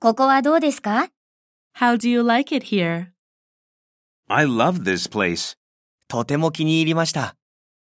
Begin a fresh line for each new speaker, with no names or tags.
ここはどうですか
How do you like it here?
I love this place.
とても気に入りました。